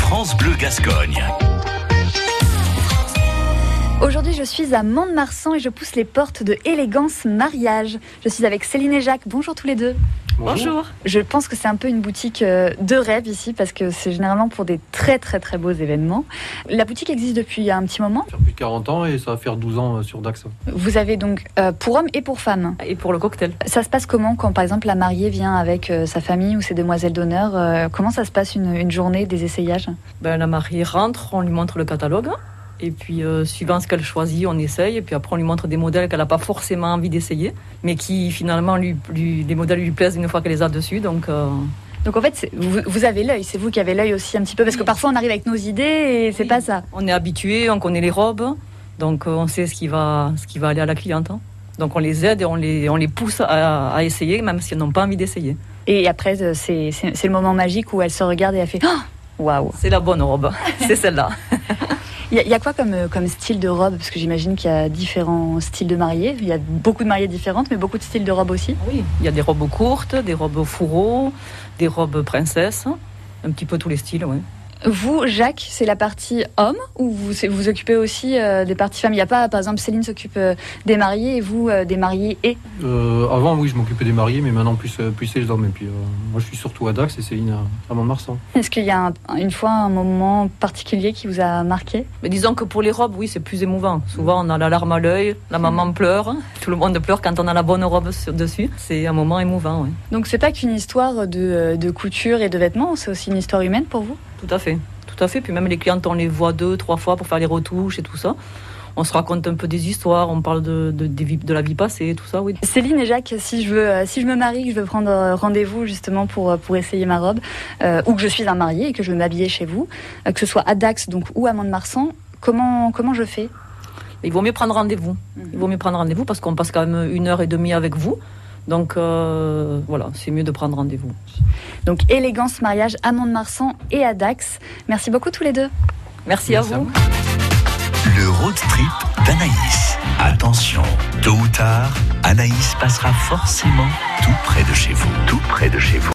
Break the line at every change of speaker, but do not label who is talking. France Bleu Gascogne.
Aujourd'hui, je suis à Mont-de-Marsan et je pousse les portes de Élégance Mariage. Je suis avec Céline et Jacques. Bonjour tous les deux.
Bonjour.
Je pense que c'est un peu une boutique euh, de rêve ici parce que c'est généralement pour des très très très beaux événements. La boutique existe depuis un petit moment.
faire plus de 40 ans et ça va faire 12 ans euh, sur Dax.
Vous avez donc euh, pour hommes et pour femmes.
Et pour le cocktail
Ça se passe comment quand par exemple la mariée vient avec euh, sa famille ou ses demoiselles d'honneur euh, Comment ça se passe une, une journée des essayages
ben, La mariée rentre, on lui montre le catalogue. hein. Et puis, euh, suivant ce qu'elle choisit, on essaye. Et puis après, on lui montre des modèles qu'elle n'a pas forcément envie d'essayer, mais qui finalement, lui, lui- les modèles lui plaisent une fois qu'elle les a dessus. Donc, euh,
Donc en fait, c'est- vous, vous avez l'œil, c'est vous qui avez l'œil aussi un petit peu parce que parfois on arrive avec nos idées et c'est
Oui.
pas ça.
on est habitué, on connaît les robes, donc euh, on sait ce qui va, ce qui va aller à la cliente. hein. Donc, on les aide et on les, on les pousse à, à essayer, même si elles n'ont pas envie d'essayer.
Et après, euh, c'est c'est- c'est le moment magique où elle se regarde et elle fait Ah Waouh
C'est la bonne robe, c'est celle-là.
Il y, a- il y a quoi comme, euh, comme style de robe Parce que j'imagine qu'il y a différents styles de mariés. Il y a beaucoup de mariées différentes, mais beaucoup de styles de robe aussi.
Oui, il y a des robes courtes, des robes fourreaux, des robes princesses, un petit peu tous les styles, oui.
Vous, Jacques, c'est la partie homme ou vous c'est- vous occupez aussi euh, des parties femmes Il n'y a pas, par exemple, Céline s'occupe euh, des mariés et vous euh, des mariés et
Euh, avant, oui, je m'occupais des mariés, mais maintenant, plus, euh, plus c'est les hommes. Et puis, euh, moi, je suis surtout à Dax et Céline à, à Mont-de-Marsan.
Est-ce qu'il y a un- une fois un moment particulier qui vous a marqué
Mais disons que pour les robes, oui, c'est plus émouvant. Souvent, on a la larme à l'œil, la
Hmm.
maman pleure, tout le monde pleure quand on a la bonne robe sur- dessus. C'est un moment émouvant, oui.
Donc c'est pas qu'une histoire de, euh, de couture et de vêtements, c'est aussi une histoire humaine pour vous
Tout à fait, tout à fait. Puis même les clientes, on les voit deux, trois fois pour faire les retouches et tout ça. On se raconte un peu des histoires, on parle de, de, des vies- de la vie passée, tout ça, oui.
Céline et Jacques, si je, veux, euh, si je me marie, que je veux prendre euh, rendez-vous justement pour, euh, pour essayer ma robe, euh, ou que je suis un marié et que je veux m'habiller chez vous, euh, que ce soit à Dax donc, ou à Mont-de-Marsan, comment, comment je fais
Il vaut mieux prendre rendez-vous. Il vaut mieux prendre rendez-vous parce qu'on passe quand même une heure et demie avec vous. Donc euh, voilà, c'est mieux de prendre rendez-vous.
Donc élégance mariage à Mont-de-Marsan et à Dax. Merci beaucoup tous les deux.
Merci,
Merci à
à vous.
vous.
Le road trip d'Anaïs. Attention, tôt ou tard, Anaïs passera forcément tout près de chez vous. Tout près de chez vous.